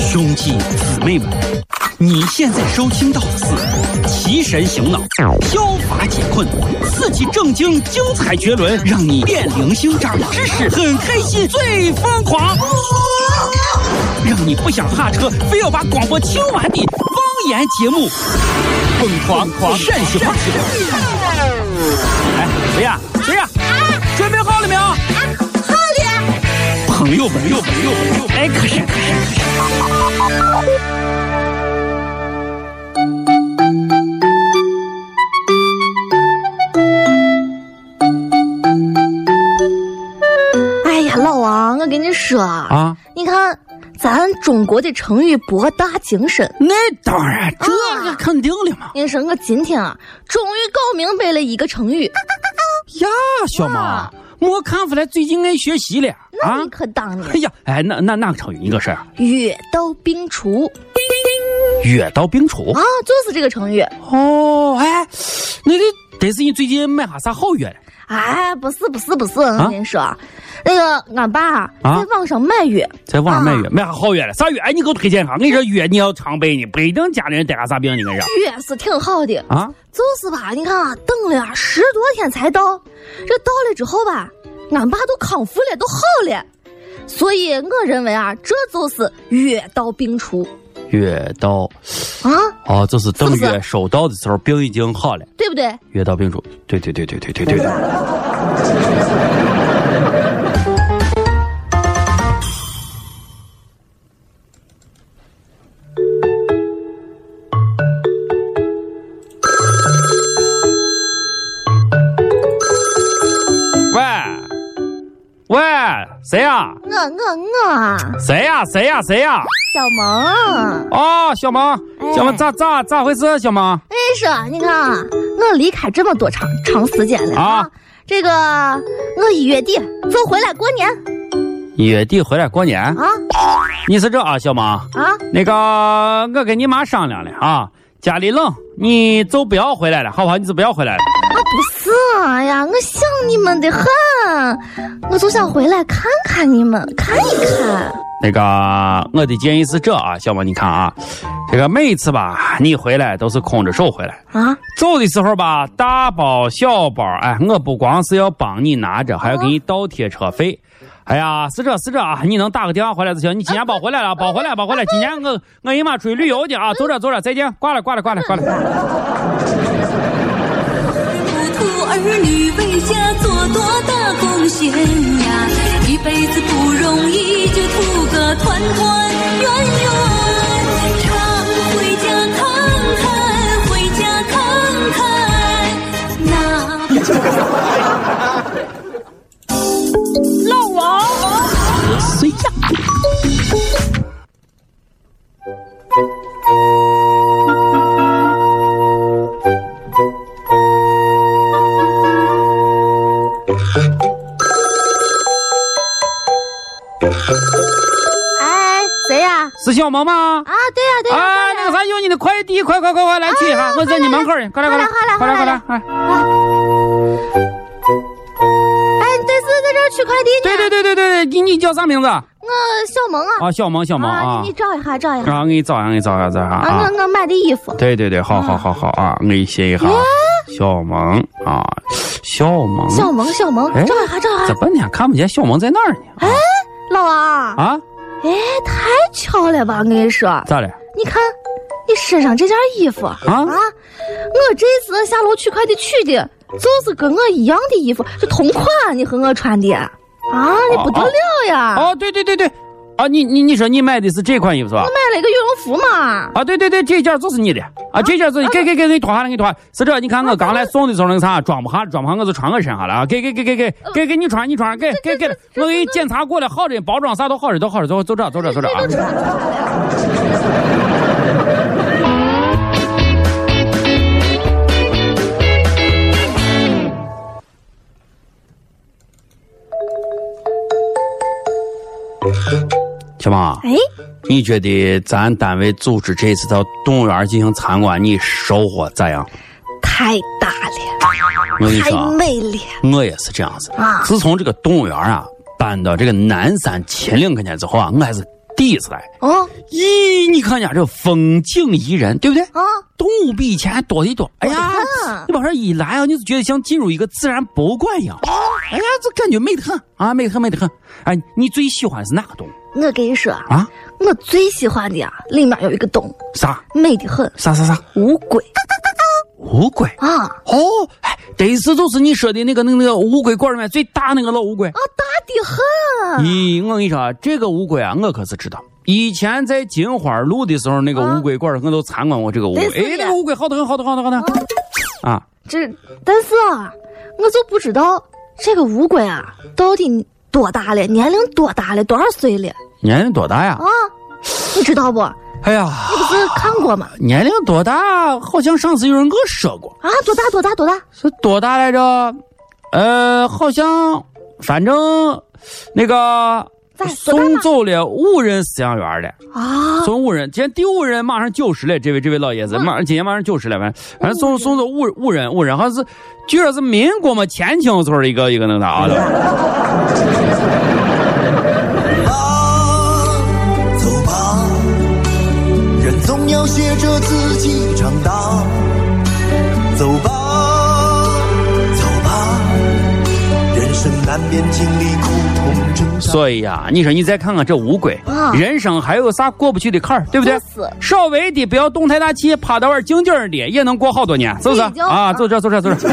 兄弟姊妹们，你现在收听到的是《提神醒脑、消乏解困、刺激正经、精彩绝伦》，让你变零星长知识，很开心，最疯狂，让你不想下车，非要把广播听完的方言节目，疯狂狂陕西话。哎，谁呀？谁呀？准备好了没有？啊好了，朋友们，朋友们，朋友们，朋友们哎，可是可是。哎呀，老王，我跟你说啊，啊，你看咱中国的成语博大精深。那当然，这啊个肯定的嘛。你说我今天啊，终于搞明白了一个成语，呀，小毛，没看出来最近爱学习了啊那你！可当了哎呀，哎，那那那个成语一个事儿，啊药到病除药到病除啊。，就是这个成语。哦，哎，那得得是你最近买啥啥好药了？哎，不是不是不是，我跟你说，啊、那个俺爸啊啊在网上买药，在网上买啊药，买啥好药了？啥药？哎，你给我推荐一下。我跟你说，药你要常备呢，不一定家里人得啥啥病。你跟你说药是挺好的，啊，就是吧，你看啊，等了啊十多天才到，这到了之后吧，俺爸都康复了，都好了。所以我认为啊，这就是药到病除药到啊，哦，就是等是不是药收到的时候，病已经好了。对不对？药到病除，对对对对对对对对。喂，喂，谁呀、我我我啊，谁呀、谁呀、谁呀、小萌啊，哦，小萌，小萌，咋咋咋回事？小萌，哎是，你看啊，我离开这么多长长时间了啊，这个我一月底就回来过年月底回来过年，啊你是这啊，小萌？啊，那个，我跟你妈商量了啊，家里冷，你就不要回来了，好不好？你就不要回来了。啊不是啊呀，我想你们的很，我就想回来看看你们，看一看。那个，我的建议是这啊，小猫，你看啊，这个每次吧，你回来都是空着手回来，啊，走的时候吧，大包小包，哎，我不光是要帮你拿着，还要给你倒贴车费。哎呀，是这是这啊，你能打个电话回来就行。你今年别回来了，别回来，别回来。今年我我姨妈出去旅游去啊，走着走着，再见，挂了挂了挂了挂了。不图儿女为家做多大贡献呀，一辈子不容易，就图个团团圆圆。常回家看看，回家看看，那不就 老王。哎，谁呀、是小萌吗？啊，对呀、对呀、啊，那个啥，有你的快递，快快快快来取一下，我在你门口呢，哎快来快来，快来快来，快来！哎，你这次在这儿取快递呢？对对对对对对，你你叫啥名字？啊，我小萌啊，小萌小萌啊你你，找一下，找一下。啊，我给你找一下，给你找一下，找一下啊，啊。我我买的衣服，对对对，好好好好啊，我给你写一下啊，小萌啊，小萌，小萌小萌哎，找一下，找一这下。半天看不见小萌在哪儿呢？老王，啊，哎，太巧了吧！我跟你说，咋了？你看你身上这件衣服啊，啊，我这次下楼取快递取的，就是跟我一样的衣服，是同款，你和我穿的啊，你不得了呀！哦，对对对对，啊，你你你说你买的是这款衣服是吧？买了一个羽绒服嘛，啊，对对对，这件就是你的啊，这件就是给给给给你脱下来，给你脱下来。是这，你看我刚来送的时候那个啥，装不下，装不下，我就穿我身上了啊。给给给给给给给你穿，你穿，给给给，我给你检查过了，好着呢，包装啥都好着，都好着，走走这走这走这啊。小王，哎，你觉得咱单位组织这次到动物园进行参观，你收获咋样？太大了，我跟你太说啊，美了。我也是这样子啊自从这个动物园啊搬到这个南山秦岭跟前之后啊，我还是地字来。哦咦，你看呀，这风景宜人，对不对？啊，动物比以前还多得多。哎呀我的妈，你往这一来啊，你就觉得像进入一个自然博物馆一样。哎呀，这感觉美得很啊，美得很，美得很。哎，你最喜欢是哪个动物我跟你说啊，啊？我最喜欢的呀，里面有一个洞，啥美得很，啥啥啥？乌龟乌龟。啊啊，哦，哎，得是就是你说的那个那个那个乌龟馆里面最大那个老乌龟。啊大的很，咦，我跟你说啊，这个乌龟啊，我可是知道。以前在金花路的时候，那嗯个乌龟馆儿，我都参观过这个乌龟。类似的哎，那个乌龟好得很，好得很，好得很。嗯啊，这但是啊，我就不知道这个乌龟啊到底多大了，年龄多大了，多少岁了年龄多大呀啊？？你知道不？哎呀，不是看过吗？年龄多大？好像上次有人跟我说过，啊，多大多大多大？是多大来着？呃，好像反正那个在多大送走了五人饲养员的，啊，嗯送五人，今天第五人马上九十了，这位这位老爷子，马上今年马上九十了，反正反正送送走五五人五人，好像是据说是民国嘛前清时候的一个一个那个啥嗯的，吧，走吧，人总要学着自己长大。走吧，走吧，人生难免经历苦痛挣扎。所以呀、你说你再看看这乌龟啊，人生还有啥过不去的坎儿，对不对就是？稍微的不要动太大气，趴到玩儿静静的也能过好多年，是不是已经 啊？走这走这走这。